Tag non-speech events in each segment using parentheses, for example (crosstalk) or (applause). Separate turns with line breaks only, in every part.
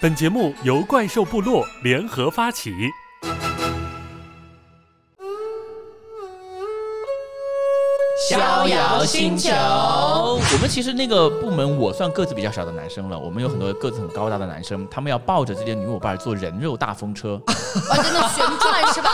本节目由怪兽部落联合发起。
逍遥星球
我们其实那个部门，我算个子比较小的男生了。我们有很多个子很高大的男生，他们要抱着这些女伙伴坐人肉大风 (laughs) 车。
哇，真的旋转是 (laughs) 吧？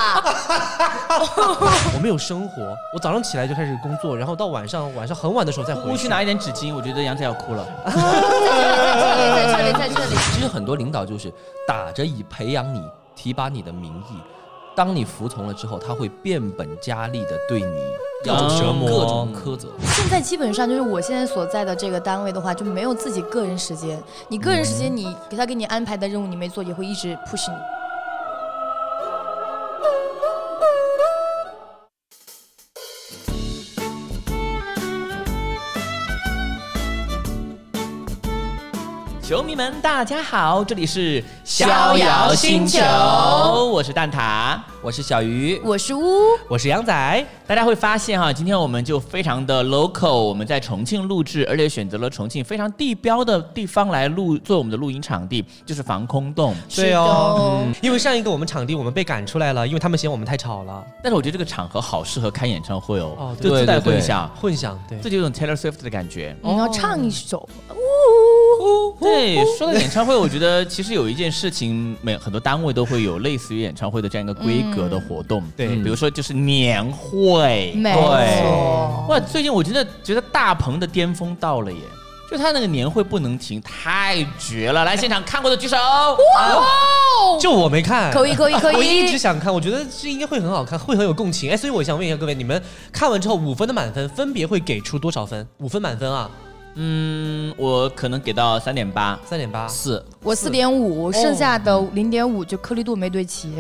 我没有生活，我早上起来就开始工作，然后到晚上，晚上很晚的时候再回
我去拿一点纸巾，我觉得杨仔要哭了。
在这里，在这里，在这里。
其实很多领导就是打着以培养你、提拔你的名义，当你服从了之后，他会变本加厉的对你各种
折磨
各种苛责。
现在基本上就是我现在所在的这个单位的话，就没有自己个人时间。你个人时间，你给他给你安排的任务你没做，也会一直 push 你。
球迷们，大家好，这里是
逍遥星球
我是蛋挞。
我是小鱼，
我是乌，
我是杨仔，
大家会发现哈，今天我们就非常的 local，我们在重庆录制，而且选择了重庆非常地标的地方来录做我们的录音场地，就是防空洞。
对哦
是的
因为上一个我们场地我们被赶出来了，因为他们嫌我们太吵了，
但是我觉得这个场合好适合开演唱会哦，
哦
就
对
自带
对对
混响，
混响对
这。就有种 Taylor Swift 的感觉。
你要唱一首。
对，说到演唱会，我觉得其实有一件事情，每很多单位都会有类似于演唱会的这样一个规格的活动，嗯
对
比如说就是年会，
没
对
错
哇，最近我真的觉得大鹏的巅峰到了耶。就他那个年会不能停，太绝了！来，现场看过的举手。啊
哦，
就我没看，
可以可以可以
我一直想看，我觉得这应该会很好看，会很有共情。哎，所以我想问一下各位，你们看完之后五分的满分分别会给出多少分？五分满分啊，
嗯，我可能给到三点八
三点八。
四。
我四点五，剩下的零点五就颗粒度没对齐。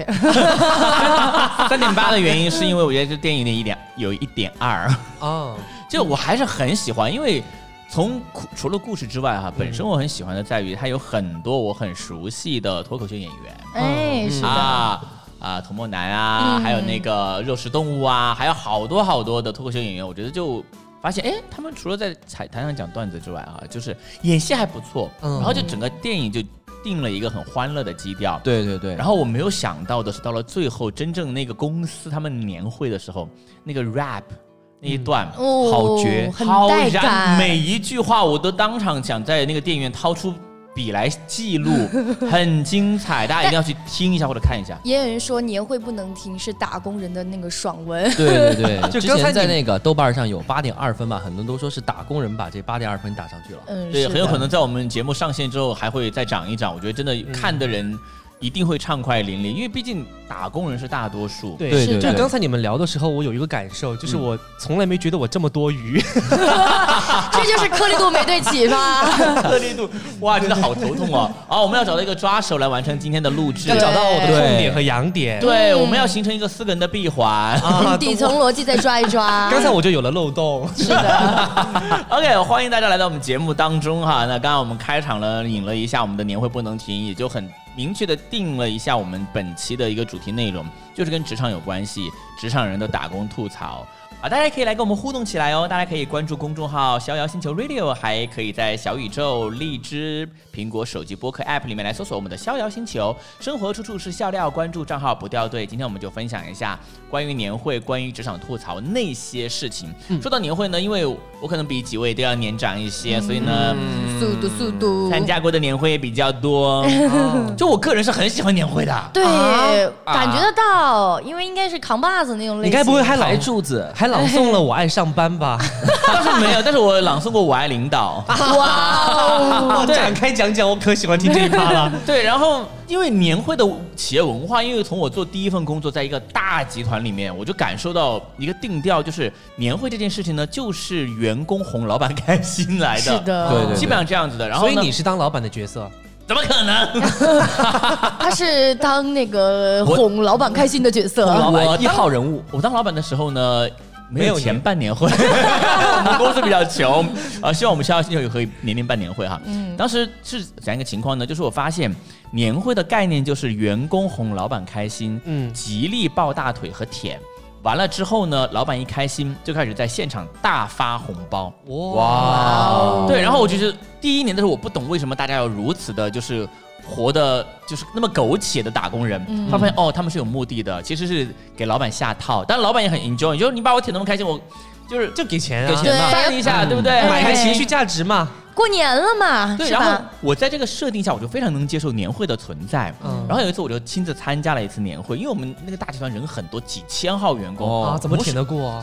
三点八的原因是因为我觉得这电影里一点有一点二。
哦，
就我还是很喜欢，因为从故除了故事之
嗯
外哈、啊本身我很喜欢的在于它有很多我很熟悉的脱口秀演员
哎，是的，
啊啊，童梦楠啊，
嗯
还有那个肉食动物啊，还有好多好多的脱口秀演员，我觉得就。发现哎，他们除了在台台上讲段子之外啊，就是演戏还不错，
嗯
然后就整个电影就定了一个很欢乐的基调。
对对对，
然后我没有想到的是，到了最后真正那个公司他们年会的时候，那个 rap 那一段、
嗯
哦
好绝，
很
好
带
燃
感
每一句话我都当场想在那个电影院掏出笔来记
(laughs)
录，很精彩，大家一定要去听一下或者看一下。
也有人说年会不能停是打工人的那个爽文。
对 (laughs) 对对，
就
之
刚才
前
你
在那个豆瓣上有八点二分吧，很多人都说是打工人把这八点二分打上 (laughs) 去了。
嗯，
对，
是
很有
的
可能在我们节目上线之后还会再涨一涨。我觉得真的看的
嗯
人一定会畅快淋漓，因为毕竟打工人是大多数。
(laughs) 对
对
是
对
的
就
对嗯
刚，才你们聊的时候，我有一个感受，就是我从来没觉得我这么多余。
这就是颗粒度没对齐吧？
热烈度， (laughs) 哇，真的好头痛
(laughs)
哦！啊，我们要找到一个抓手来完成今天的录制，
要找到我的痛
对
点和痒点。
对，我们要形成一个四个人的闭环。(laughs)
(laughs) 啊，
底层逻辑再抓一抓。
刚才我就有了漏洞。
是的，
OK，欢迎大家来到我们节目当中哈。那刚刚我们开场了，引了一下我们的年会不能停，也就很明确的定了一下我们本期的一个主题内容，就是跟职场有关系，职场人的打工吐槽。啊，大家可以来跟我们互动起来哦！大家可以关注公众号“逍遥星球 Radio”，还可以在小宇宙、荔枝、苹果手机播客 App 里面来搜索我们的“逍遥星球”，生活处处是笑料。关注账号不掉队。今天我们就分享一下关于年会、关于职场吐槽那些事情。说到年会呢，因为我可能比几位都要年长一些，所以呢，
嗯
速度速度。
参加过的年会也比较多。哦就我个人是很喜欢年会的。
对
啊，
感觉得到，因为应该是扛把子那种类
你
型。
该不会还朗
白柱子，
还
(laughs)
朗诵了《我爱上班》吧？
倒是没有，但是我朗诵过《我爱领导》。
哇哦，
我展开讲讲，我可喜欢听这一趴了。
(laughs) 对，然后因为年会的企业文化，因为从我做第一份工作，在一个大集团里面，我就感受到一个定调，就是年会这件事情呢，就是员工哄老板开心来的，
是的，
对对对
基本上这样子的。然后
所
呢
以你是当老板的角
(laughs)
色，
怎么可 (laughs) 能？
他是当那个哄老板开心的角色。
老
我
板一号人物，
我当老板的时候呢，没有
没有
钱
年
办年 (laughs) 会，我们公司比较穷啊、希望我们逍遥星球有可以年年办年会哈。
嗯
当时是怎样一个情况呢？就是我发现年会的概念就是员工哄老板开心，
嗯
极力抱大腿和舔。完了之后呢，老板一开心就开始在现场大发红包。
哇，
对，然后我就是第一年的时候，我不懂为什么大家要如此的，就是活的就是那么苟且的打工人，
嗯
他发现哦，他们是有目的的，其实是给老板下套，但老板也很 enjoy，就是你把我舔那么开心，我就是
就给钱啊，
给
嗯
钱嘛，
对
翻一下，对不对？
买
对
个情绪价值嘛。
过年了嘛，
对，
是
然后
吧？
我在这个设定下，我就非常能接受年会的存在。
嗯
然后有一次我就亲自参加了一次年会，因为我们那个大集团人很多，几千号员工，
哦
啊，怎么舔得过啊？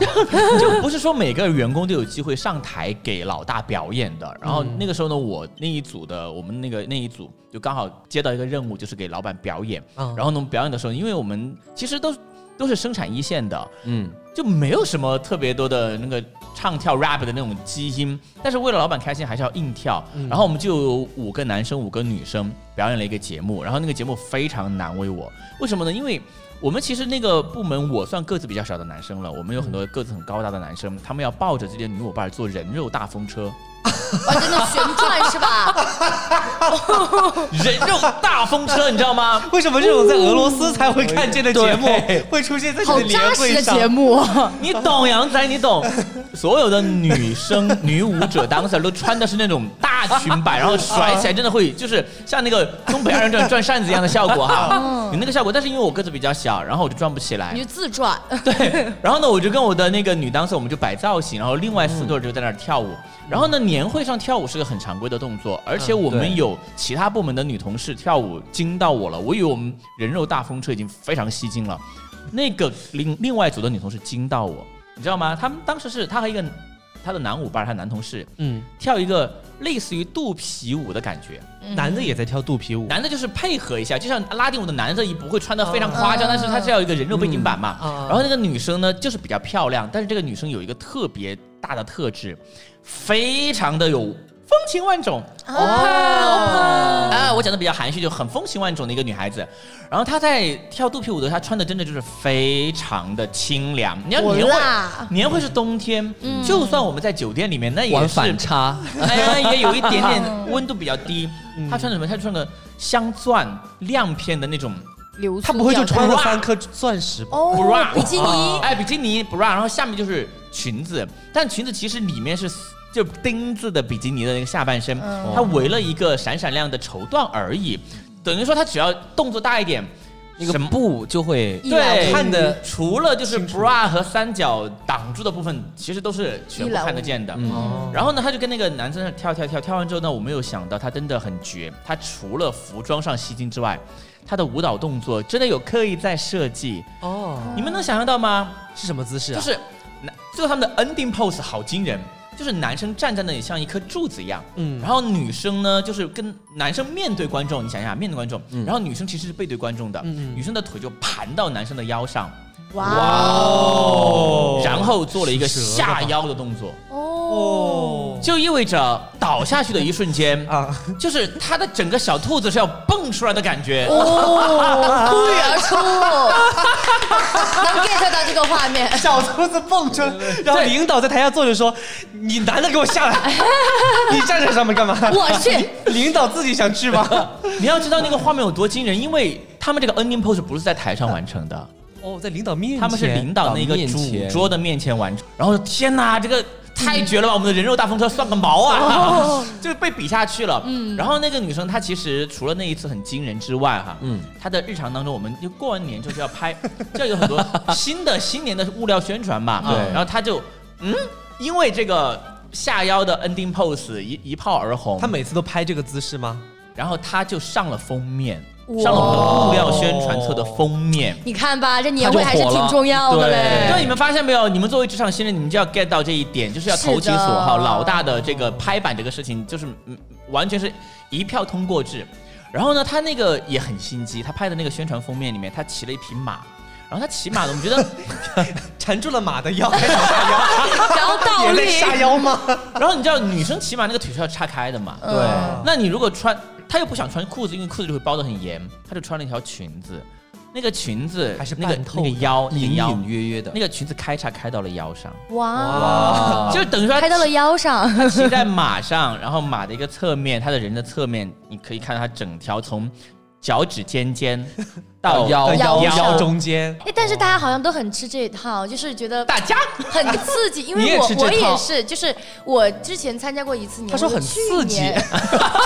就不是说每个员工都有机会上台给老大表演的。然后
嗯
那个时候呢，我那一组的我们那个那一组就刚好接到一个任务，就是给老板表演。
嗯
然后呢，我们表演的时候，因为我们其实都都是生产一线的，
嗯，
就没有什么特别多的那个唱跳 rap 的那种基因，但是为了老板开心，还是要硬跳。
嗯
然后我们就有五个男生，五个女生表演了一个节目，然后那个节目非常难为我，为什么呢？因为我们其实那个部门我算个子比较小的男生了，我们有很多个子很高大的男生，他们要抱着这些女伙伴坐人肉大风车，
哇，真的旋转是
(laughs)
吧？
(laughs) 人肉大风车，你知道吗？
(laughs) 为什么这种在俄罗斯才会看见的节目会出现在你
好
的
扎
年
实
会
的
上？
节目，
你懂杨仔，你懂。所有的女 (laughs) 生、女舞者当时都穿的是那种大裙摆，然后甩起来真的会就是像那个东北二人转转扇子一样的效果 (laughs) 哈，有那个效果。但是因为我个子比较小，然后我就转不起来
你。就自转，
然后呢，我就跟我的那个女 dancer 我们就摆造型，然后另外四对儿就在那儿跳舞。然后呢，年会上跳舞是个很常规的动作，而且我们
对
有其他部门的女同事跳舞惊到我了，我以为我们人肉大风车已经非常吸睛了，那个另另外组的女同事惊到我，你知道吗？他们当时是她和一个她的男舞伴，她男同事
嗯，
跳一个类似于肚皮舞的感觉，
男的也在跳肚皮舞
男的就是配合一下，就像拉丁舞的男的也不会穿的非常夸
啊
张，但是他是要有一个人肉背景板嘛。
嗯啊
然后那个女生呢，就是比较漂亮，但是这个女生有一个特别大的特质，非常的有风情万种。
哦，
啊，我讲的比较含蓄，就很风情万种的一个女孩子。然后她在跳肚皮舞的时候，她穿的真的就是非常的清凉。你要
我
年会，
辣，
年会是冬天，
嗯
就算我们在酒店里面，那也
玩
是
反差，
哎，也有一点
嗯
点温度比较低。他穿的什么？他穿的镶钻亮片的那种
流苏
他不会就
吊带
穿了三颗钻石吧？
哦
bra，
比基尼，
哎，比基尼 bra，然后下面就是裙子，但裙子其实里面是丝就钉子的比基尼的那个下半身，
嗯
它围了一个闪闪亮的绸缎而已，等于说他只要动作大一点，
那个
什么
布就会
一览
对
无
看的
除了就是 bra 和三角挡住的部分，其实都是全
一
部
览
看
无
得见的。
哦
然后呢，他就跟那个男生在那跳跳跳跳完之后呢，我没有想到他真的很绝，他除了服装上吸睛之外，他的舞蹈动作真的有刻意在设计。
哦，
你们能想象到吗？
是什么姿势
就
啊？
是男最后他们的 ending pose 好惊人，就是男生站在那里像一颗柱子一样，
嗯
然后女生呢就是跟男生面对观众，你想一下面对观众，然后女生其实是背对观众的，
嗯嗯嗯
女生的腿就盘到男生的腰上，
哇
哦
然后做了一个
是蛇的
下
吧
腰的动作，
哦，
就意味着倒下去的一瞬间，
啊，
就是他的整个小兔子是要蹦出来的感觉。
哦，突然出， (laughs) 能 get 到这个画面，
(laughs) 小兔子蹦出来，然后领导在台下坐着说：“你男的给我下来， (laughs) 你站在上面干嘛？”
我去，
领导自己想去吗？
你要知道那个画面有多惊人，因为他们这个 ending pose 不是在台上完成的，
哦，在领导面前，
他们是领导那个
面
主
前
桌的面前完成。然后天哪，这个太绝了吧！我们的人肉大风车算个毛啊， (laughs) 就是被比下去了。嗯，然后那个女生她其实除了那一次很惊人之外，哈，嗯
嗯，
她的日常当中，我们就过完年就是要拍，就有很多新的新年的物料宣传嘛。
对
然后她就嗯，因为这个下腰的 ending pose 一一炮而红，
他每次都拍这个姿势吗？
然后她就上了封面，
哇
上了我们物料宣传册的封面。
你看吧，这年会还是挺重要的
对
对，你
嘞。
们发现没有？你们作为职场新人，你们就要 get 到这一点，就是要投其所好。
是的
老大的这个拍板这个事情，就是嗯完全是一票通过制。然后呢，他那个也很心机，他拍的那个宣传封面里面，他骑了一匹马。然后他骑马呢，我们觉得，嗯
缠住了马的 (laughs) 腰，
然后倒
也在
立，
下腰吗？
然后你知道女生骑马那个腿是要岔开的嘛？
对
那你如果穿，他又不想穿裤子，因为裤子就会包得很严，他就穿了一条裙子。那个裙子
还是
那个
半透
那个
的
腰，那个
隐
腰
隐，约约的
那。个裙子开叉开到了腰上，
哇，
啊
就等于说他
拍到了腰上，
骑在马上，然后马的一个侧面，它的人的侧面，你可以看到它整条从脚趾尖尖
到腰
腰
腰
上
中间，
哎，但是大家好像都很吃这一套，就是觉得
大家
很刺激，因
你也
为我
吃这
我也
套
是，就是我之前参加过一次年会，
他说很
去
刺激 (laughs)
年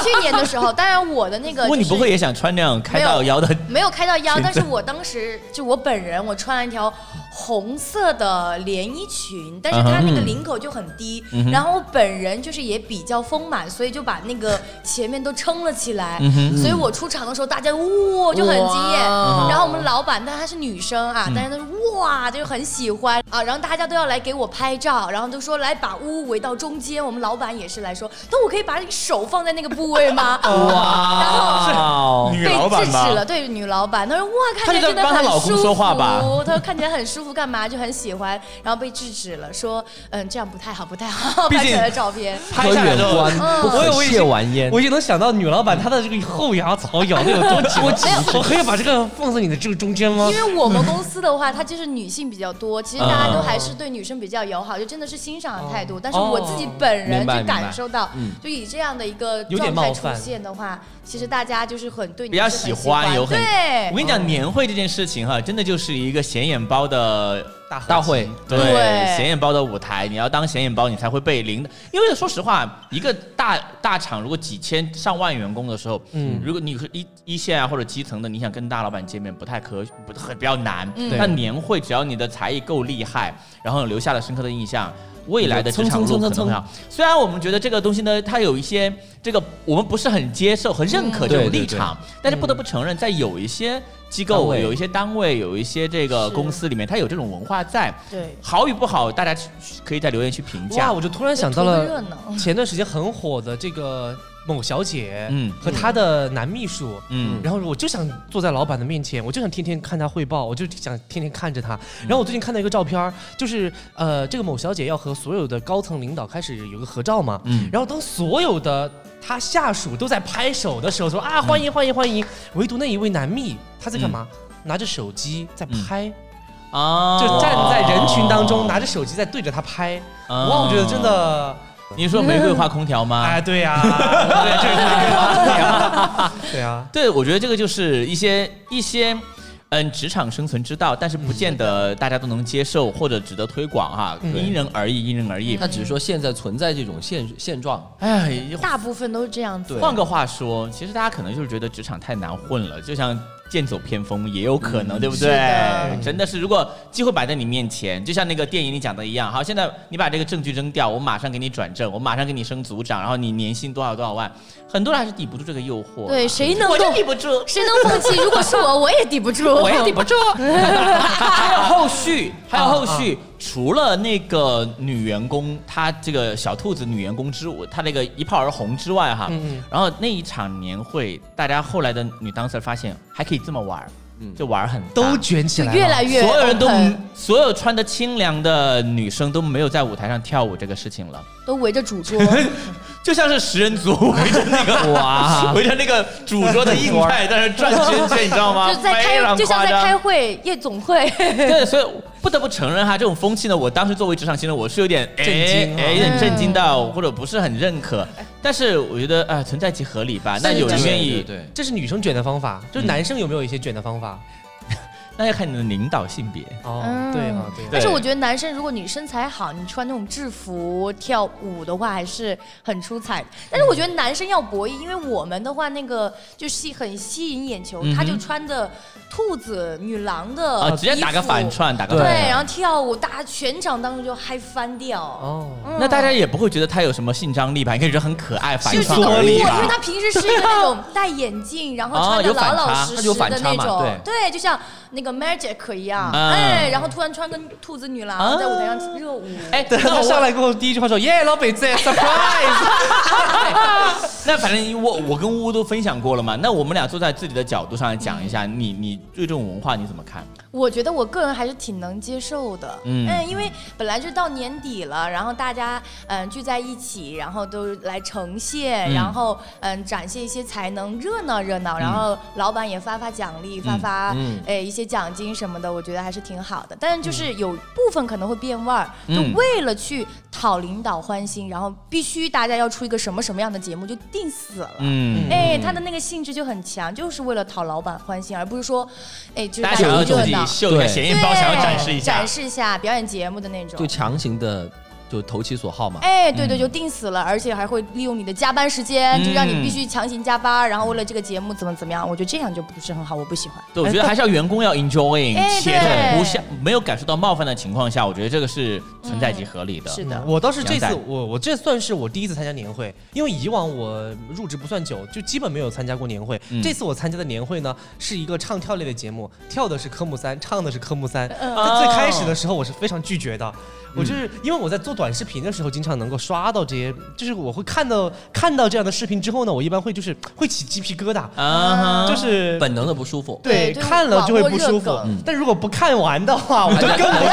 去年的时候，当然我的那个、就
不过
是、
你不会也想穿那样开
没有
到 (laughs)
(laughs)
腰的？
没有开到腰
裙，子
但是我当时就我本人，我穿了一条红色的连衣裙，但是它那个领口就很低，
嗯哼
然后我本人就是也比较丰满，所以就把那个前面都撑了起来，
嗯
所以我出场的时候大家哇就很惊艳，
哇嗯
然后我们老板，但她是女生啊，但是她说哇就很喜欢啊，然后大家都要来给我拍照，然后都说来把屋围到中间，我们老板也是来说，那我可以把手放在那个部位
(laughs)
吗？然后
哇！
女
被
老板
制
吧
止，了，对女老板，她说哇，
她
看
就
起来
在
真的
帮她
很
老公
舒服，
说话吧
她说看起来很舒服，干嘛就很喜欢，然后被制止了，说嗯这样不太好，不太好， (laughs)
毕
拍
竟
起来的照片。
可
拍下来
远
之后，
观，不
我
可
有我已
亵
经
玩焉。
我就能想到女老板她的这个后牙槽咬的有多 (laughs) 紧，我可以把这个放在你的这个中间吗
因？为我们公司的话，它就是女性比较多，其实大家都还是对女生比较友好，就真的是欣赏的态度。但是我自己本人
明白
就感受到，就以这样的一个
有
状
点冒
态出
犯
现的话，其实大家就是很对你
比较
是很
喜
欢，
欢有很
对
我跟你讲，年会这件事情哈，真的就是一个显眼包的
大
大会，
对
对
显眼包的舞台，你要当显眼包，你才会被领导。因为说实话，一个大大厂如果几千上万员工的时候，
嗯
嗯，如果你是一一线啊或者基层的，你想跟大老板见面不太可不很比较难。
嗯
但年会只要你的才艺够厉害，然后留下了深刻的印象。未来的职场路可能会好。虽然我们觉得这个东西呢，它有一些这个我们不是很接受和认可
嗯
这种
对对
立场，啊但是不得
嗯
不承认，在有一些机
单
构、
位
有一些单位、有一些这个
是
公司里面，它有这种文化在。
对，
好与不好，大家去可以在留言区评
哇，哦
价。
我就突然想到
图个
了
热闹。
前段时间很火的这个某小姐，
嗯
和她的男秘书。
嗯，
然后我就想坐在老板的面前，我就想天天看他汇报，我就想天天看着他。
嗯
然后我最近看到一个照片儿，就是呃，这个某小姐要和所有的高层领导开始有个合照嘛。
嗯
然后当所有的她下属都在拍手的时候，说
嗯
啊欢迎欢迎欢迎，唯独那一位男秘他在干嘛？
嗯
拿着手机在拍，
啊
就站在人群当中拿着手机在对着他拍。
哦
哇，我觉得真的，
你说玫瑰花空调吗？
(laughs) 哎，对呀、对，就是他，对啊呀、
对，我觉得这个就是一些一些。嗯，职场生存之道，但是不见得大家都能接受或者值得推广哈，
嗯
因人而异，因人而异
他。只是说现在存在这种现现状，
哎，
大部分都是这样子，
换个话说，其实大家可能就是觉得职场太难混了，就像剑走偏锋也有可
嗯
能，对不对？真的是，如果机会摆在你面前，就像那个电影里讲的一样，好，现在你把这个证据扔掉，我马上给你转正，我马上给你升组长，然后你年薪多少多少万，很多人还是抵不住这个诱惑。啊
对，，谁能
我
够
就抵不住。
谁能放弃？如果是我，我也抵不住。
我也抵不住。还有后续，还有后续，除了那个女员工，她这个小兔子女员工之舞，她那个一炮而红之外，哈，然后那一场年会，大家后来的女 dancer 发现还可以这么玩儿，就玩儿很大
都卷起
就
来了，
越来越
所有人都嗯
open，
所有穿的清凉的女生都没有在舞台上跳舞这个事情了，
都围着主
(laughs)
桌，
就像是食人族围着那个哇， (laughs) 围着那个主桌的硬派在那转圈圈，你知道吗？
就在
啊非常
开，就像
夸
在
张
开会、夜总会。
(laughs) 对，所以不得不承认哈，这种风气呢，我当时作为职场新人，我是有点震
惊啊
哎，有点震惊到，或者不是很认可。但是我觉得啊、存在即合理吧。那有人愿意，
对
这是女生卷的方法，就是男生有没有一些卷的方法？
那要看你的领导性别。
哦，
嗯
对啊，对啊，
但是我觉得男生，如果你身材好，你穿那种制服跳舞的话，还是很出彩的。但是我觉得男生要博弈，因为我们的话，那个就吸很吸引眼球，
嗯哼
他就穿着兔子、女郎的
啊，直接打个
衣服
反，串，打个
对，啊
反串。
然后跳舞，大家全场当中就嗨翻掉。
哦，
嗯
那大家也不会觉得他有什么性张力吧？你可以觉得很可爱，反
就是这
串
个
合
我，
理
因为
吧？
他平时是一个那种戴眼镜，然后穿的老老实
啊
实
有反
的
差
那
它就有
种
反差嘛，
对，就像那个 Magic 一样，
嗯
哎，然后突然穿个兔子女
啊
郎在舞台上热舞， (laughs)
哎，
等
那
他
我
上来过后，第一句话说：“耶，老北子，surprise！”
(laughs)
那反正我我跟呜呜都分享过了嘛，那我们俩坐在自己的角度上来讲一下，你你对这种文化你怎么看？
我觉得我个人还是挺能接受的，
嗯
嗯，因为本来就到年底了，然后大家嗯聚在一起，然后都来呈现，
嗯
然后嗯展现一些才能，热闹热闹，然后老板也发发奖励，发发
嗯
哎一些奖金什么的，我觉得还是挺好的。但是就是有部分可能会变味儿，就
嗯
为了去讨领导欢心，然后必须大家要出一个什么什么样的节目，就定死了。
嗯，
哎，他的那个性质就很强，就是为了讨老板欢心，而不是说，哎，就是
大家想
家
要自
热
己
闹，
秀一下
对
显
对，
眼包，想要展示一下
展，示一下表演节目的那种
就。强行的就投其所好嘛。
哎，对对，就定死了，而且还会利用你的加班时间，就让你必须强行加班，然后为了这个节目怎么怎么样，我觉得这样就不是很好，我不喜欢。
对，我觉得还是要员工要 enjoying，
哎
且在
对
不像没有感受到冒犯的情况下，我觉得这个是存在即合理的。
是的，
我倒是
杨
这次
仔，
我我这算是我第一次参加年会，因为以往我入职不算久，就基本没有参加过年会。
嗯
这次我参加的年会呢，是一个唱跳类的节目，跳的是科目三，唱的是科目三。
嗯
在最开始的时候，我是非常拒绝的。我就是因为我在做短视频的时候，经常能够刷到这些，就是我会看到看到这样的视频之后呢，我一般会就是会起鸡皮疙瘩，
啊
嗯
哈，
就是
本能的不舒服，
对
对
就是
看了就会不舒
网络热
服
梗
嗯。
但如果不看完的话，我就更不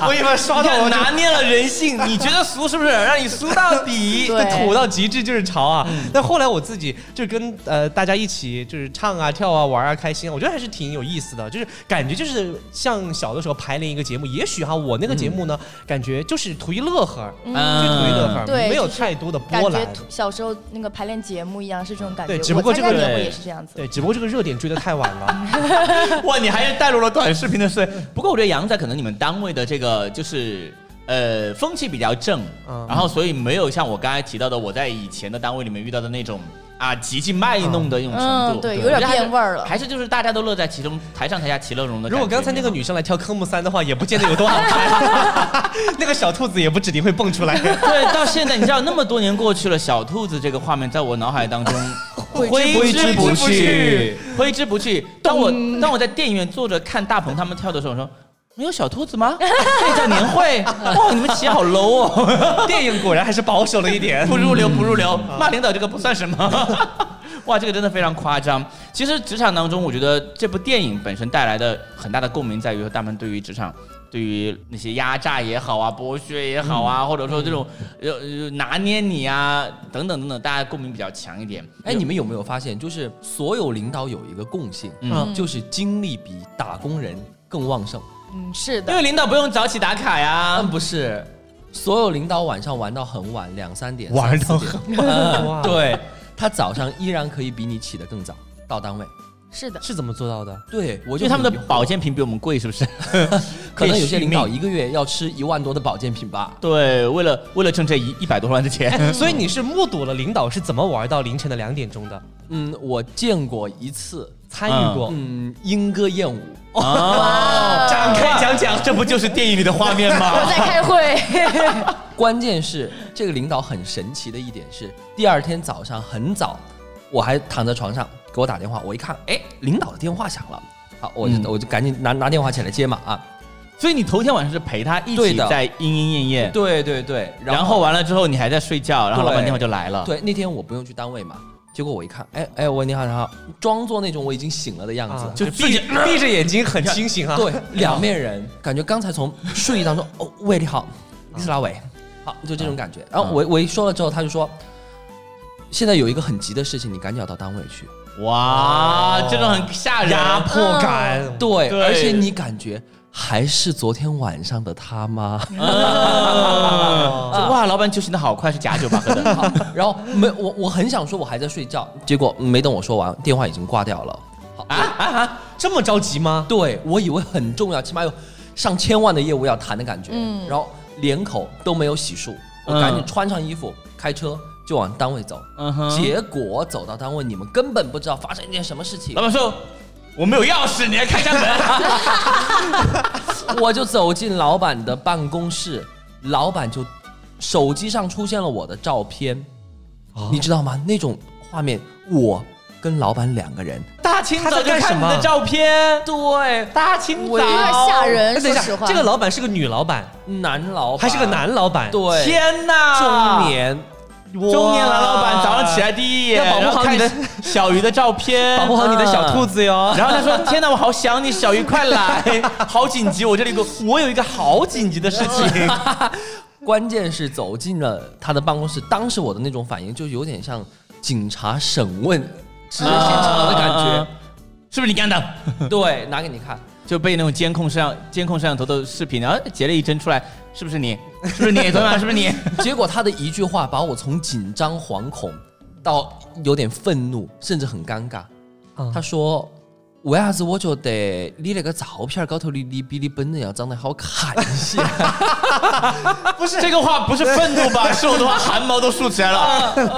(laughs)
服。我一般刷
你
到我
看
就
拿捏了人性，你觉得俗是不是？让你俗到
(laughs)
底。嗯
对
这土到极致就是潮啊！但后来我自己就跟呃大家一起就是唱啊、跳啊、玩啊、开心啊，我觉得还是挺有意思的。就是感觉就是像小的时候排练一个节目，也许哈我那个节
嗯
目呢，感觉就是图一乐呵儿，
嗯
就图一乐呵儿，
对
没有
就是
太多的波
感
澜
觉。小时候那个排练节目一样，是这种感觉。
对只不过这个
我参加年会也是这样子。
对，只不过这个热点追得太晚了。
(laughs) 哇，你还带入了短视频的事。不过我觉得杨仔可能你们单位的这个就是。呃，风气比较正，
嗯
然后所以没有像我刚才提到的，我在以前的单位里面遇到的那种啊极尽卖弄的一种程
嗯
度，
对有点
我觉得还是
变味儿了
还是就是大家都乐在其中，台上台下其乐融融的感
如
觉。
果刚才那个女生来跳科目三的话，也不见得有多好看。 (laughs) 那个小兔子也不指定会蹦出
(laughs)
来。(laughs)
对，到现在你知道，那么多年过去了，小兔子这个画面在我脑海当中 (laughs) 挥之不去，挥之不去。当我当我在电影院坐着看大鹏他们跳的时候，我说。没有小兔子吗？这叫年会哇！你们企业好 low 哦，
电影果然还是保守了一点
不。入流
嗯
不入流，
啊
骂领导这个不算什么。
(laughs)
哇，这个真的非常夸张。其实职场当中，我觉得这部电影本身带来的很大的共鸣在于，他们对于职场。对于那些压榨也好啊，剥削也好
嗯
啊，或者说这种呃呃拿捏你啊等等等等，大家共鸣比较强一点。
哎，你们有没有发现，就是所有领导有一个共性，啊
嗯
就是精力比打工人更旺盛。
嗯，是
因
的，
为领导不用早起打卡呀
但，不是，所有领导晚上玩到很晚，两三点，
玩到
三四点
哇
嗯，对他早上依然可以比你起得更早到单位。
是
(laughs)
的，
是怎么做到的？
对，
因
我就
为他们的
很疑惑
保健品比我们贵，是不是？
可能有些领导
可以续
一个月要吃一万多的保健品吧。
对，为了为了挣这一一百多万的钱，
哎，所以你是目睹了领导是怎么玩到凌晨的两点钟的，
嗯，我见过一次，
参与过。
嗯，莺歌燕舞，
哦，展开讲讲，这不就是电影里的画面
我
吗？
在开会。
关键是这个领导很神奇的一点是，第二天早上很早，我还躺在床上给我打电话，我一看，哎，领导的电话响了，好，我就、
嗯
我就赶紧拿拿电话起来接嘛啊，
所以你头天晚上是陪他一
对
起
的
在莺莺燕燕，
对对对，
然后啊完了之后你还在睡觉，然后老板电话就来了。
对那天我不用去单位嘛，结果我一看，哎哎，我你好你好，装作那种我已经醒了的样子，
啊，
就
就
自己
闭闭着眼睛很清醒啊。
(laughs) 对，两面人，感觉刚才从睡意当中，哦，喂，你好，你是拉伟，好，就这种感觉。然后我我一说了之后，他就说，现在有一个很急的事情，你赶紧要到单位去。
哇，这种很吓人，
压迫感。
对，
对
而且你感觉还是昨天晚上的他吗？
(laughs) 嗯就哇，老板酒醒的好快，是假酒吧喝
(laughs)
的。
然后没，我我很想说我还在睡觉，结果没等我说完，电话已经挂掉了。
啊这么着急吗？
对我以为很重要，起码有上千万的业务要谈的感觉，
嗯
然后连口都没有洗漱，我赶紧
嗯
穿上衣服，开车就往单位走。
嗯哼，
结果走到单位，你们根本不知道发生一件什么事情 (laughs)
老，板说我没有钥匙，你来开一下门。
我就走进老板的办公室，老板就手机上出现了我的照片，
哦
你知道吗？那种画面，我跟老板两个人，
大清早
他在
就
干
看你
什么
的照片，
对，
大清
有
(laughs)
点
早，
吓人，
哎等
说
一
实
下
话，，
这个老板是个女老板，
男老板
还是个，男老板？啊
对，
天哪，
中年
中年男老板早上起来第一眼，
要保护
然后
好
看
你的
你小鱼的照片，
(laughs) 保护好你的小兔
子。
子哟。
然后
(laughs)
他说：“天哪，我好想你，小鱼快来，好紧急！我这里有个，我有一个好紧急的事
(laughs)
情。
啊
关键是走进了他的办公室，当时我的那种反应就有点像警察审问职业现场的感
啊
觉。
是不是你干的？
对，拿给你看，
就被那种监控摄像监控摄像头的视频，然后截了一帧出来，是不
(laughs)
是你？是不是你？昨天晚上是不是你？
结果他的一句话把我从紧张惶恐到有点愤怒，甚至很尴尬。他说：“为啥子我觉得你那个照片高头的你比你本人要长得好看一些？”
不是这个话不是愤怒吧？是我的话汗毛都竖起来
(laughs)
了。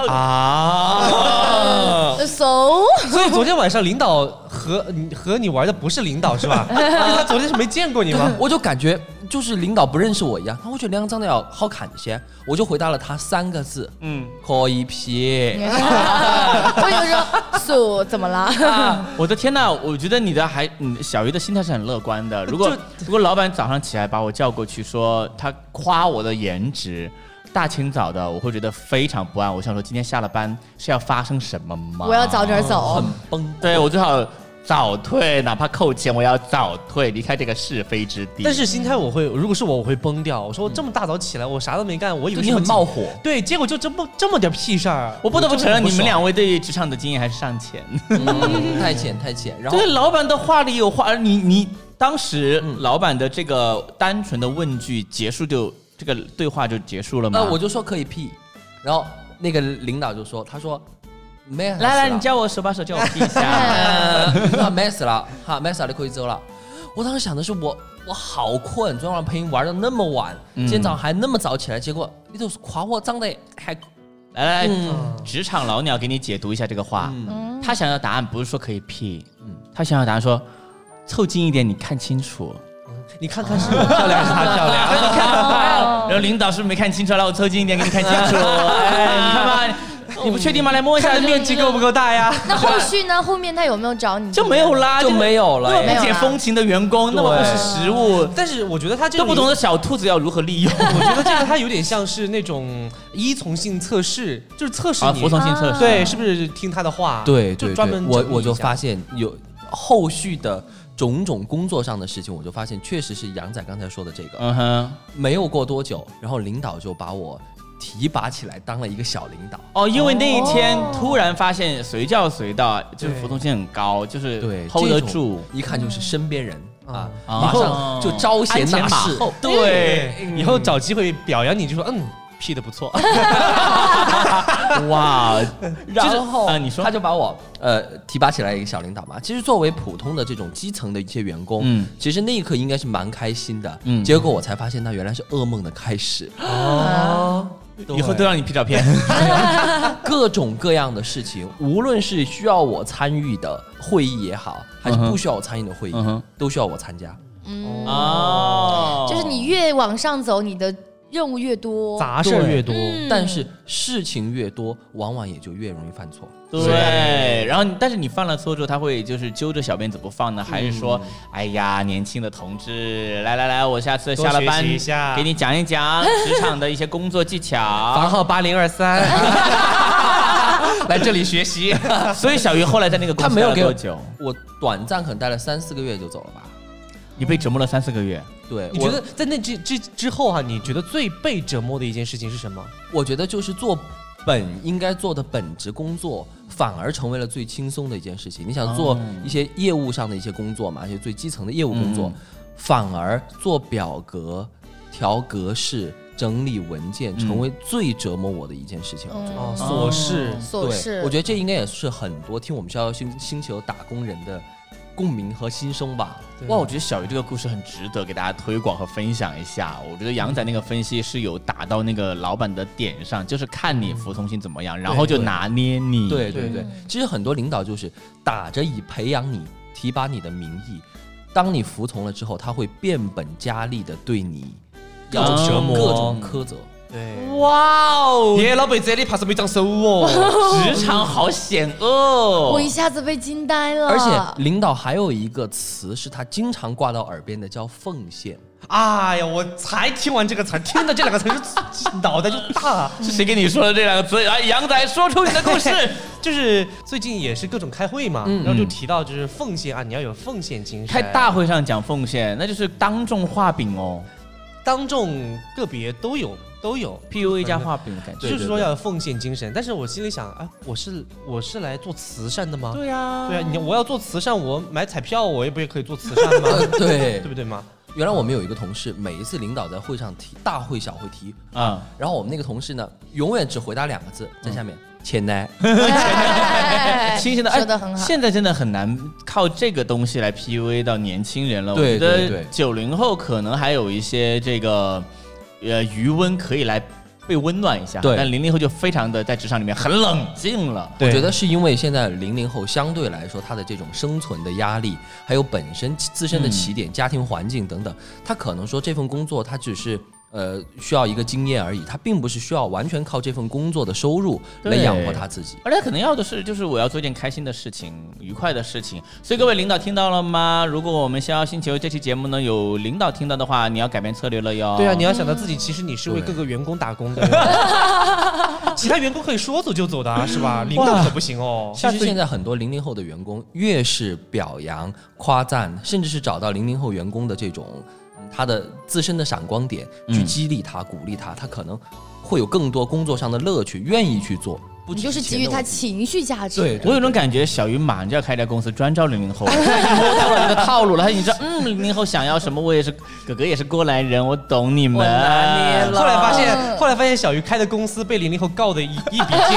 啊！
呃 So， (laughs)
所以昨天晚上领导和你和你玩的不是领导是 (laughs) 吧？因为他昨天是没见过你 (laughs) 吗？
我就感觉就是领导不认识我一样，他会觉得梁张的要好看一些，我就回答了他三个字：
嗯，
可以批。
我就说 So 怎么了？ (laughs)
啊我的天呐，我觉得你的还，你小鱼的心态是很乐观的。如果如果老板早上起来把我叫过去说他夸我的颜值，大清早的我会觉得非常不安。我想说今天下了班是要发生什么吗？
我要早点走。
崩，
对我最好早退，哪怕扣钱，我也要早退，离开这个是非之地。
但是心态我会，如果是我，我会崩掉。我说我这么大早起来，我啥都没干，我以
就
为
你
是
很
个
冒火。
对，结果就这么这么点屁事儿。
我不得不承认，你们
俩
两位对于职场的经验还是尚浅。
嗯太浅太浅。然后
对，老板的话里有话，而你你当时老板的这个单纯的问句结束就这个对话就结束了吗？
呃，我就说可以 P，然后那个领导就说，他说没有，
来来，你叫我手把手叫我 P 一下。
呃，那没事了，哈，没事了，你可以走了。我当时想的是我我好困，昨天晚上陪你玩的那么晚，
嗯
今天早上还那么早起来，结果你都是夸我长得还
来来，
嗯
职场老鸟给你解读一下这个话。他想要答案不是说可以 P，他想要答案说凑近一点，你看清楚。
你看看是我漂
(laughs)
亮还是他漂亮？
你看，哎然后领导是不是没看清楚？来，我凑近一点给你看清楚。哎，你看吧， (laughs) 你不确定吗？来摸一下
看的面积够不够大呀？
(laughs) 那后续呢？后面他有没有找你？
(laughs) 就没有哎啦，
就没有了哎
那
耶
么不解风情的员工，那么不识时务，
(laughs) 但是我觉得他这
都
个
不懂得小兔子要如何利用。
(laughs) 我觉得这个它有点像是那种依从性测试，就是测
啊
试你，
性
测试
对，是不是听他的话？
对对
就
对，
专门
我
整理
我就
一下
发现有后续的种种工作上的事情，我就发现确实是杨仔刚才说的这
(laughs)
个，
嗯哼，
没有过多久，然后领导就把我提拔起来当了一个小领导。
哦，因为那一天突然发现随叫随到，就是服从性很高，就是
对
hold
这
得
种
住。
一看就是身边人啊，
啊
马上就招贤纳
鞍前马
士。
后
对，
嗯
以后找机会表扬你就说嗯。P 的不
(laughs)
错， (laughs)
哇， (laughs) 就是
然后
啊，你说
他就把我呃提拔起来一个小领导嘛。其实作为普通的这种基层的一些员工，
嗯
其实那一刻应该是蛮开心的。
嗯
结果我才发现那原来是噩梦的开始，
以后都让你 P 照 (laughs) 片。
各种各样的事情，无论是需要我参与的会议也好，还是
嗯
不
哼
需要我参与的会议，
嗯哼
都需要我参加。
哦，
就是你越往上走，你的任务越多。
杂事儿越多，
嗯
但是事情越多，往往也就越容易犯错。
对，然后你但是你犯了错之后，他会就是揪着小辫子不放呢，还是说，嗯哎呀，年轻的同志，来来来，我下次
多
下了班
学习一
(laughs)
下
给你讲一讲职场的一些工作技巧。
房号八零二三，
(laughs) 来这里学习。 (laughs) 所以小鱼后来在那个公
他
司
没
待
有
了
给
多
我
久？
我短暂可能待了三四个月就走了吧。
你被折磨了三四个月。
对，
你觉
我
得在那之之之后哈、你觉得最被折磨的一件事情是什么？
我觉得就是做本应该做的本职工作，反而成为了最轻松的一件事情。你想做一些业务上的一些工作嘛，一些最基层的业务工作，
嗯
反而做表格、调格式、整理文件，成为最折磨我的一件事情。我觉得
哦，
嗯，
琐事，
琐
对，
事。
我觉得这应该也是很多听我们《逍遥星星球》打工人的共鸣和心声吧。
哇，我觉得小鱼这个故事很值得给大家推广和分享一下。我觉得杨仔那个分析是有打到那个老板的点上，就是看你服从性怎么样，然后就拿捏你。
对对对，其实很多领导就是打着以培养你、提拔你的名义，当你服从了之后，他会变本加厉的对你
各种折磨
各种苛责。
对，
哇哦！耶，老板在你怕什么一张手哦？ (laughs)
职场好险恶。
我一下子被惊呆了。(laughs)
而且领导还有一个词是他经常挂到耳边的，叫奉献。
哎呀，我才听完这个词儿，听到这两个词儿就脑袋就大 (laughs) 了。
是谁跟你说的这两个词？来，杨仔说出你的故事。
就是最近也是各种开会嘛，然后就提到就是奉献啊，你要有奉献精神。
开大会上讲奉献，那就是当众画饼哦
当众个别都有都有，嗯
，PUA 加画饼的感觉。
就是说要有奉献精神。但是我心里想，哎，我是我是来做慈善的吗？
对呀，
对啊，你我要做慈善，我买彩票我也不也可以做慈善 (laughs) 吗？
呃 (laughs) 对
对不对嘛？
原来我们有一个同事，每一次领导在会上提大会小会提，
啊，
然后我们那个同事呢，永远只回答两个字，在下面钱奶。
哎
新鲜的，哎
说的很好。
现在真的很难靠这个东西来 PUA 到年轻人了。
对
我
对
觉得
对
九零后可能还有一些这个呃余温可以来被温暖一下，
对
但零零后就非常的在职场里面很冷静了。
我觉得是因为现在零零后相对来说，他的这种生存的压力，还有本身自身的起点、家庭环境等等，他可能说这份工作他只是呃需要一个经验而已，他并不是需要完全靠这份工作的收入来
对
养活他自己。
而且可能要的是，就是我要做一件开心的事情、愉快的事情。所以各位领导听到了吗？如果我们《逍遥星球》这期节目呢有领导听到的话，你要改变策略了哟。
哦
对啊，你要想到自己其实你是为
对
各个员工打工的，
(laughs)
其他员工可以说走就走的啊，是吧？领导可不行哦。
其实现在很多零零后的员工，越是表扬、夸赞，甚至是找到零零后员工的这种嗯他的自身的闪光点，去
嗯
激励他、鼓励他，他可能会有更多工作上的乐趣，愿意去做。不
你
只
就是给
钱
予
的
他
问题
情绪价值。
对，
我有种感觉，小鱼马上就要开一家公司，专招零零后。他已经摸到了这个套路了，他已经知道，嗯，零零后想要什么，我也是，哥哥也是过来人，我懂你们。
后来发现，后来发现小鱼开的公司被零零后告的一一笔接一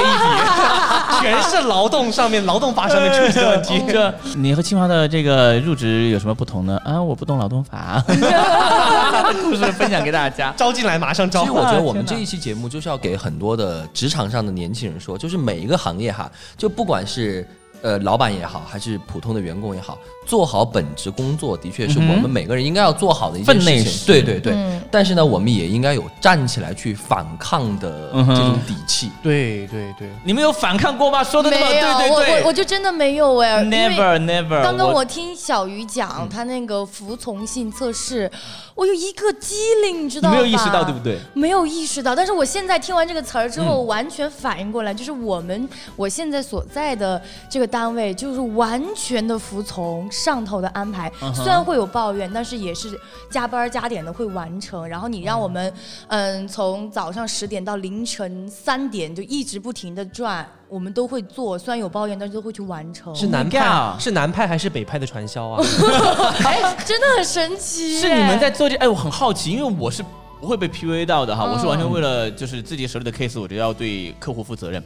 笔，
(laughs)
全是劳动上面劳动法上面出现的问题。
哦
这你和清华的这个入职有什么不同呢？啊，我不懂劳动法。故事分享给大家。
招进来马上招
其实，我觉得我
啊天
们
哪
这一期节目就是要给很多的职场上的年轻人说，就是每一个行业哈，就不管是呃老板也好，还是普通的员工也好，做好本职工作的确是我们每个人应该要做好的一件
分内
事
事
情。对对对
嗯，
但是呢，我们也应该有站起来去反抗的
嗯哼
这种底气。嗯
对对对，
你们有反抗过吗？说的那么
没有，
对
我
对
我我
对。
就真的没有哎，因为
Never 嗯 never。
刚刚我听小鱼讲他那个服从性测试，我有一个机灵，你知
你
道吧？
没有意识到，对不？对？
没有意识到，但是我现在听完这个词儿之
嗯
后，完全反应过来，就是我们我现在所在的这个单位，就是完全的服从上头的安排。
嗯哼
虽然会有抱怨，但是也是加班儿加点的会完成。然后你让我们，嗯，从早上十点到凌晨三点就一直不停的转，我们都会做。虽然有抱怨，但是都会去完成。
是南派啊
啊
God
是南派还是北派的传销啊？
哎，真的很神奇。
是你们在做这？哎，我很好奇，因为我是不会被 PUA 到的哈，我是完
嗯
全为了就是自己手里的 case，我就要对客户负责任。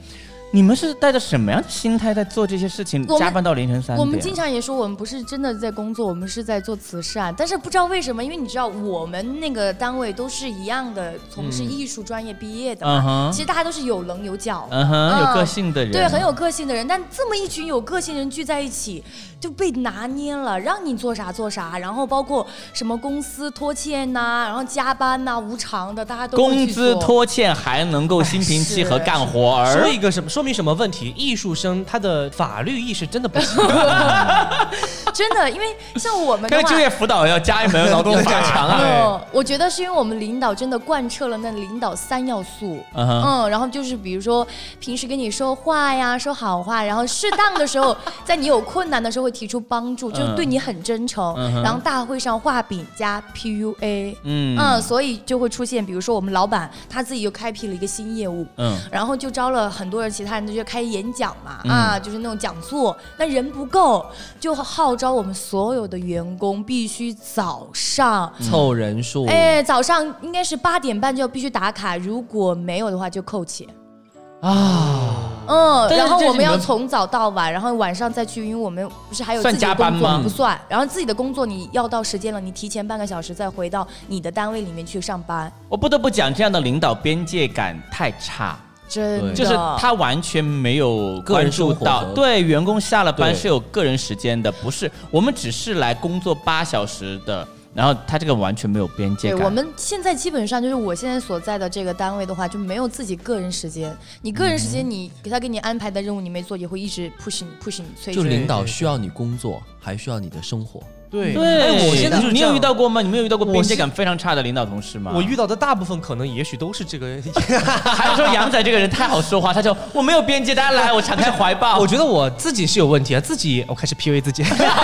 你们是带着什么样的心态在做这些事情？
我们
加班到凌晨三点？
我们经常也说，我们不是真的在工作，我们是在做慈善。但是不知道为什么，因为你知道我们那个单位都是一样的，从事艺术专业毕业的
嗯
嘛，
哼
其实大家都是有棱有角。
嗯哼，有
嗯
个性的人，
对，很有个性的人，但这么一群有个性人聚在一起，就被拿捏了，让你做啥做啥，然后包括什么公司拖欠呐、然后加班呐、无偿的，大家都会
工
去
资
做
拖欠还能够心平气和
(laughs) 是
干活
说
儿。
一个什么说明什么问题？艺术生他的法律意识真的不行。
(laughs) 真的，因为像我们的
跟
话，
就业辅导要加一门
(laughs)
劳动
加
法。
强
没
啊！
有，我觉得是因为我们领导真的贯彻了那领导三要素。
嗯哼，
嗯，然后就是比如说平时跟你说话
(laughs)
呀，说好话，然后适当的时候，在你有困难的时候会提出帮助，就是对你很真诚。
嗯哼
然后大会上画饼加 PUA，
嗯
嗯所以就会出现，比如说我们老板他自己又开辟了一个新业务。
嗯，
然后就招了很多人，其他人都去开演讲嘛，啊，就是那种讲座，但人不够，就号召我们所有的员工必须早上
凑人
哦
数，
哎，早上应该是八点半就要必须打卡，如果没有的话就扣钱。啊，
但
嗯，
是
然后
这是
我们
你
要
们
从早到晚，然后晚上再去，因为我们不是还有
算
自己的
加班
工作
吗
不算，然后自己的工作你要到时间了，你提前半个小时再回到你的单位里面去上班，
我不得不讲，这样的领导边界感太差。
真的。
就是他完全没有关注
个人
到
生活，和
对员工下了班
对
是有个人时间的，不是我们只是来工作八小时的。然后他这个完全没有边界
对，
感。
我们现在基本上就是我现在所在的这个单位的话，就没有自己个人时间。你个人时
嗯
间，你给他给你安排的任务你没做，也会一直 push 你 push 你催
就
着你。
领导需要你工作，还需要你的生活。
对
对，
哎我现在就是
你
这样
有遇到过吗？你没有遇到过
我
边
是
界感非常差的领导同事吗？
我遇到的大部分可能也许都是这个
还是说杨仔这个人太好说话，他就我没有边界，大家 (laughs) 来，我敞开怀抱。
我觉得我自己是有问题啊，自己我开始 PUA 自己，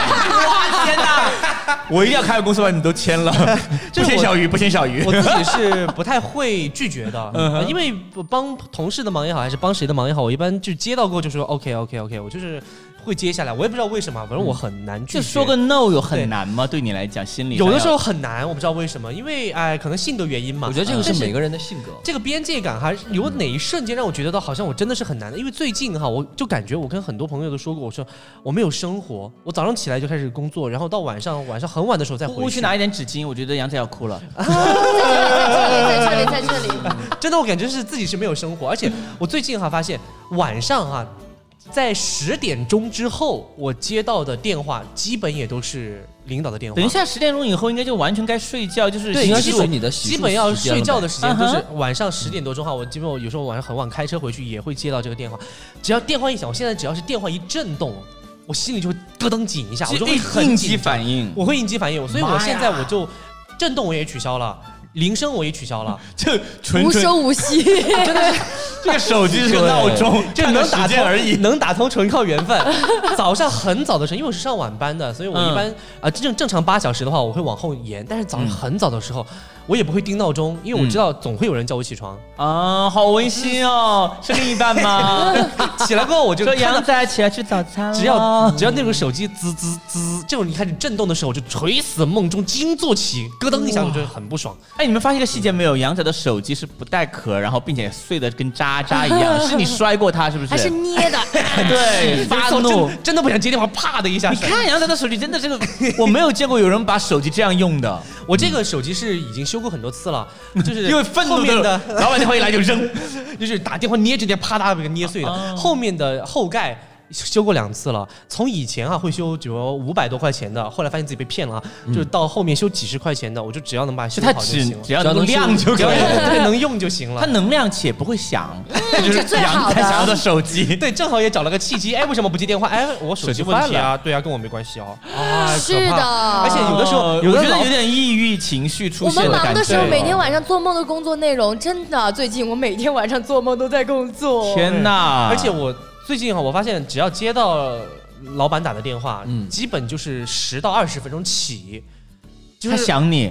哇天哪！我一定要开个公司把你们都签
(laughs)
了，
这是我
鱼，不签小鱼
我自己是不太会拒绝的，呃因为帮同事的忙也好，还是帮谁的忙也好，我一般就接到过就说 OK OK OK，我就是会接下来，我也不知道为什么，反正我很难啊拒绝。
就说个 no 有很难吗？对你来讲，心里
有的时候很难，我不知道为什么，因为哎，可能性格原因嘛。
我觉得这个是
但
每个人的性格。
这个边界感还是有哪一瞬间让我觉得到好像我真的是很难的，因为最近哈，我就感觉我跟很多朋友都说过，我说我没有生活，我早上起来就开始工作，然后到晚上晚上很晚的时候再回
我去拿一点纸巾，我觉得杨仔要哭了。
在这里，在这里，在这里，在这里。
真的，我感觉是自己是没有生活，而且我最近哈、发现晚上哈、在十点钟之后，我接到的电话基本也都是领导的电话。
等一，下十点钟以后应该就完全该睡觉，就是
对，
应该
基
是
本
属于你的洗漱
基本要
时间了
睡觉的时间都是
呗
晚上十点多钟哈。我基本我有时候晚上很晚开车回去也会接到这个电话，只要电话一响，我现在只要是电话一震动，我心里就会咯噔紧一下，我就会很
应
紧
激
张
反应，
我会应激反应，所以我
妈呀
现在我就震动我也取消了，铃声我也取消了。
就
无声无
(laughs)
息，
这个手机是
个闹钟，
(laughs) 这能打通能打通纯靠缘分。早上很早的时候，因为我是上晚班的，所以我
嗯
一般啊，真正正常八小时的话，我会往后延。但是早上很早的时候，我也不会定闹钟，因为我知
嗯
道总会有人叫我起床。
(laughs) 啊，好温馨哦，是另一半吗？
起来过后，我就
说
看到
杨仔起来吃早餐了，
只
啊
要只要那个手机滋滋滋，这种你开始震动的时候，我就垂死梦中惊坐起，咯噔一下，我就很不爽。
哎，你们发现一个细节没有？杨仔的手机是不带壳，然后并且碎的跟渣渣一样，是你摔过它是不是？
还是捏的。
哎对，发怒。
真真的不想接电话，啪的一下
你
甩。
看杨仔的手机真的这个，我没有见过有人把手机这样用的，
我这个手机是已经修过很多次了，
(laughs)
就是
因为愤
后
怒
面的
的 (laughs) 老板电话一来就扔。
(laughs) 就是打电话捏着捏，啪嗒给捏碎
啊
哦
的。后面的后盖修过两次了，从以前啊会修，比如五百多块钱的，后来发现自己被骗了啊，就是到后面修几十块钱的，我就只要能把它
就
修
它
好就
只
行了
只。要能亮就
只要
可以，
对能用就行
它
了。
能亮且不会响，这就
这
是
最
杨
好
仔
的
想要的手机。
(laughs) 对，正好也找了个契机。哎，为什么不接电话？哎，我
手
手
机
机问题
坏
啊，对啊，跟我没关系哦。啊，
是
可
的，
怕。而且有的时候
哦
有的
我觉得
老
有点抑郁情绪出
呃我
现
们
的
忙
感
的
觉。
时候，每天晚上做梦的工作内容，真的，最近我每天晚上做梦都在工作。
天哪！
而且我最近哈，我发现只要接到老板打的电话，
嗯
基本就是十到二十分钟起，就
他
是
(laughs)
想你，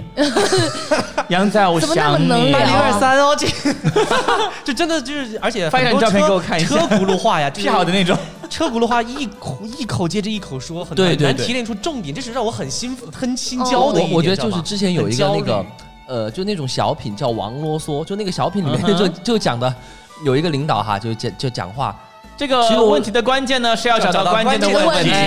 杨仔，我
怎么那么
想
能
你。
八
聊
零二三 (laughs) 哦，这这真的就是，而且
发一张照
很多
片
车
给我看一下
车轱辘话呀，
屁好的那种。
车轱辘话，一口一口接着一口说，很
对对
很难
对
提炼出重点，这是让我很心很心焦的一
我
点。
我觉得
知道
就
吧
是之前有一个那
很焦
个
虑
呃，就那种小品叫《王啰嗦》，就那个小品里面
嗯哼
就、就讲的有一个领导哈，就讲就讲话，
这个
其实我
问题的关键呢是要找到关键的
找到
问
关
题。
键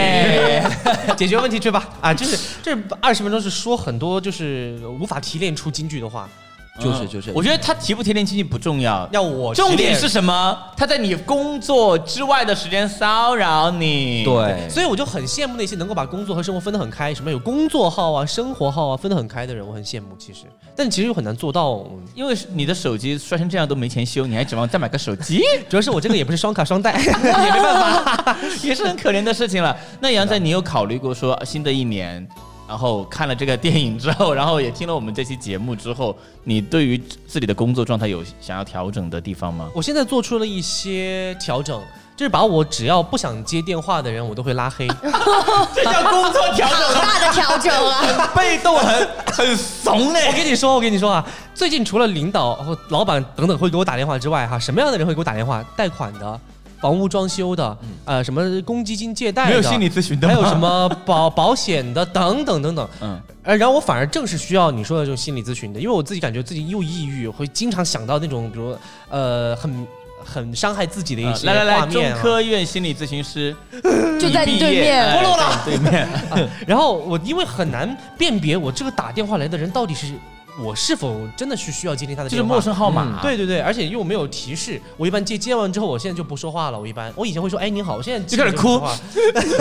哎
解决问题去吧啊，就是这二十分钟是说很多就是无法提炼出金句的话，嗯
就是就是
我觉得他提不提炼经济不重要，
要我
重
提炼
点是什么？他在你工作之外的时间骚扰你。，
对，
所以我就很羡慕那些能够把工作和生活啊分得很开，什么有工作号啊、生活号啊分得很开的人，我很羡慕。其实，但其实又很难做到。嗯
因为你的手机摔成这样都没钱修，你还指望再买个手机，
主要是我这个也不是双卡双待， (laughs) 也没办法。
也是很可怜的事 (laughs) 情了。那杨仔，你有考虑过说新的一年，然后看了这个电影之后，然后也听了我们这期节目之后，你对于自己的工作状态有想要调整的地方吗？
我现在做出了一些调整，就是把我只要不想接电话的人，我都会拉黑。
(laughs) 这叫工作调
好大的调整
(laughs)
啊！
被动很很怂
我
哎、
跟你说，我跟你说啊，最近除了领导、和老板等等会给我打电话之外，哈，什么样的人会给我打电话？贷款的。房屋装修的，
嗯
呃，什么公积金借贷的，
咨 (laughs) 询
还有什？么保 (laughs) 保险的等等等等，
嗯，
呃，然后我反而正是需要你说的这种心理咨询的，因为我自己感觉自己又抑郁，会经常想到那种比如呃很很伤害自己的一些
呃来来
画
来，中
面、啊。
科院心理咨询师
就在你对
毕业
面，
哎对面，
(laughs) 啊然后我因为很难辨别我这个打电话来的人到底是我是否真的是需要接听他的
哎就是
电话？
陌生号码、
嗯
对对对，而且又没有提示，我一般接接完之后，我现在就不说话了。我一般我以前会说，哎，你好，我现在基本
就开始哭
不说话。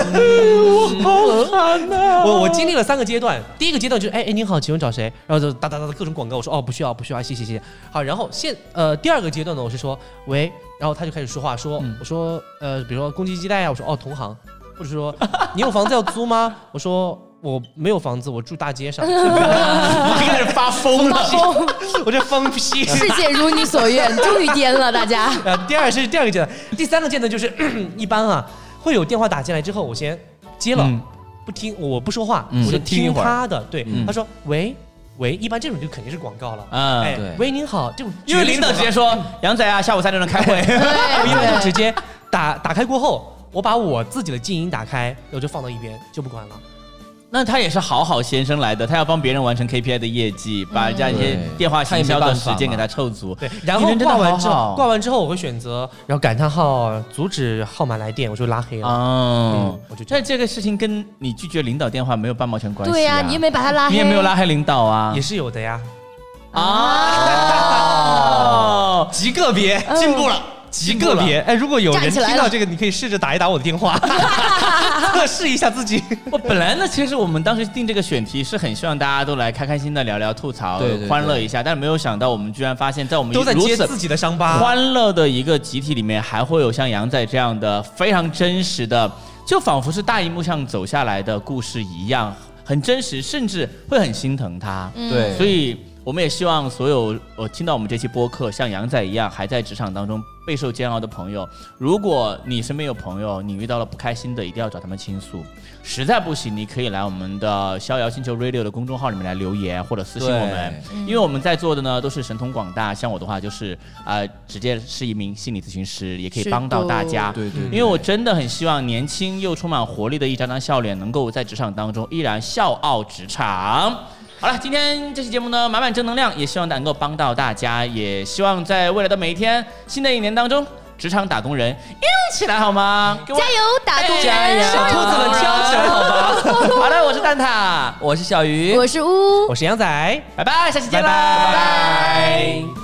(laughs) 嗯我好啊惨呐、我我经历了三个阶段，第一个阶段就是，哎哎，你好，请问找谁？然后就哒哒哒哒各种广告，我说哦不需要不需要，谢谢谢谢。好，然后现呃第二个阶段呢，我是说喂，然后他就开始说话，说、
嗯
我说呃比如说公积金贷啊，我说哦同行，或者说你有房子要租吗？我说。我没有房子，我住
(laughs)
大街上，
你开始发疯了，
(laughs) 我这疯批。
世界如你所愿，终于颠了大
(laughs)
家。
呃，第二是第二个阶段，第三个阶段就是 (coughs) 一般啊，会有电话打进来之后，我先接了，
嗯
不听，我不说话，
嗯
我就
先听一
听
会儿
他的。对，
嗯
他说喂喂，一般这种就肯定是广告了。
嗯
哎
对，
喂您好，这种
因为领导直接说杨仔啊，下午三点钟开会。
对，
我一般就直
对
接打打开过后，我把我自己的静音打开，我就放到一边就不管了。
那他也是好好先生来的，他要帮别人完成 KPI 的业绩，把人家一些
对
电话行销的时
他也
间
没办法
给他凑
嘛
足。
对，然后
你人真的
挂完
好
之后
好，
挂完之后我会选择，然后感叹号阻止号码来电，我就拉黑了。
哦
嗯，我就这
但这个事情跟你拒绝领导电话没有半毛钱关系、啊。
对呀，你也没把他拉黑，
你也没有拉黑领导啊
也。是有的呀。
啊。
哦，
极个别
嗯
进步了，极个别。哎，如果有人
站起
听
来了
到这个，你可以试着打一打我的电话， (laughs) 测试一下自己。
我本来呢，其实我们当时定这个选题是很希望大家都来开开心的聊聊、吐槽、
对对对
欢乐一下，但没有想到我们居然发现，在我们
都在
如
揭
此
自己的伤疤。
欢乐的一个集体里面，还会有像杨仔这样的非常真实的，就仿佛是大荧幕上走下来的故事一样，很真实，甚至会很心疼他。
嗯
对
所以我们也希望所有我听到我们这期播客，像杨仔一样还在职场当中备受煎熬的朋友，如果你身边有朋友，你遇到了不开心的，一定要找他们倾诉。实在不行，你可以来我们的逍遥星球 Radio 的公众号里面来留言或者私信我们
嗯对，
因为我们在座的呢都是神通广大，像我的话就是呃直接是一名心理咨询师，也可以
是
帮到大
的
家。
对对
嗯
因为我真的很希望年轻又充满活力的一张张笑脸，能够在职场当中依然笑傲职场。好了，今天这期节目呢，满满正能量，也希望能够帮到大家，也希望在未来的每一天，新的一年当中，职场打工人硬起来好吗？给我哎
加油，打工人！
加油
小兔子们跳起来好吗？
好了，我是蛋挞，
我是小鱼，
我是乌，
我是杨仔。
拜拜，下期见啦，
拜
拜
拜
拜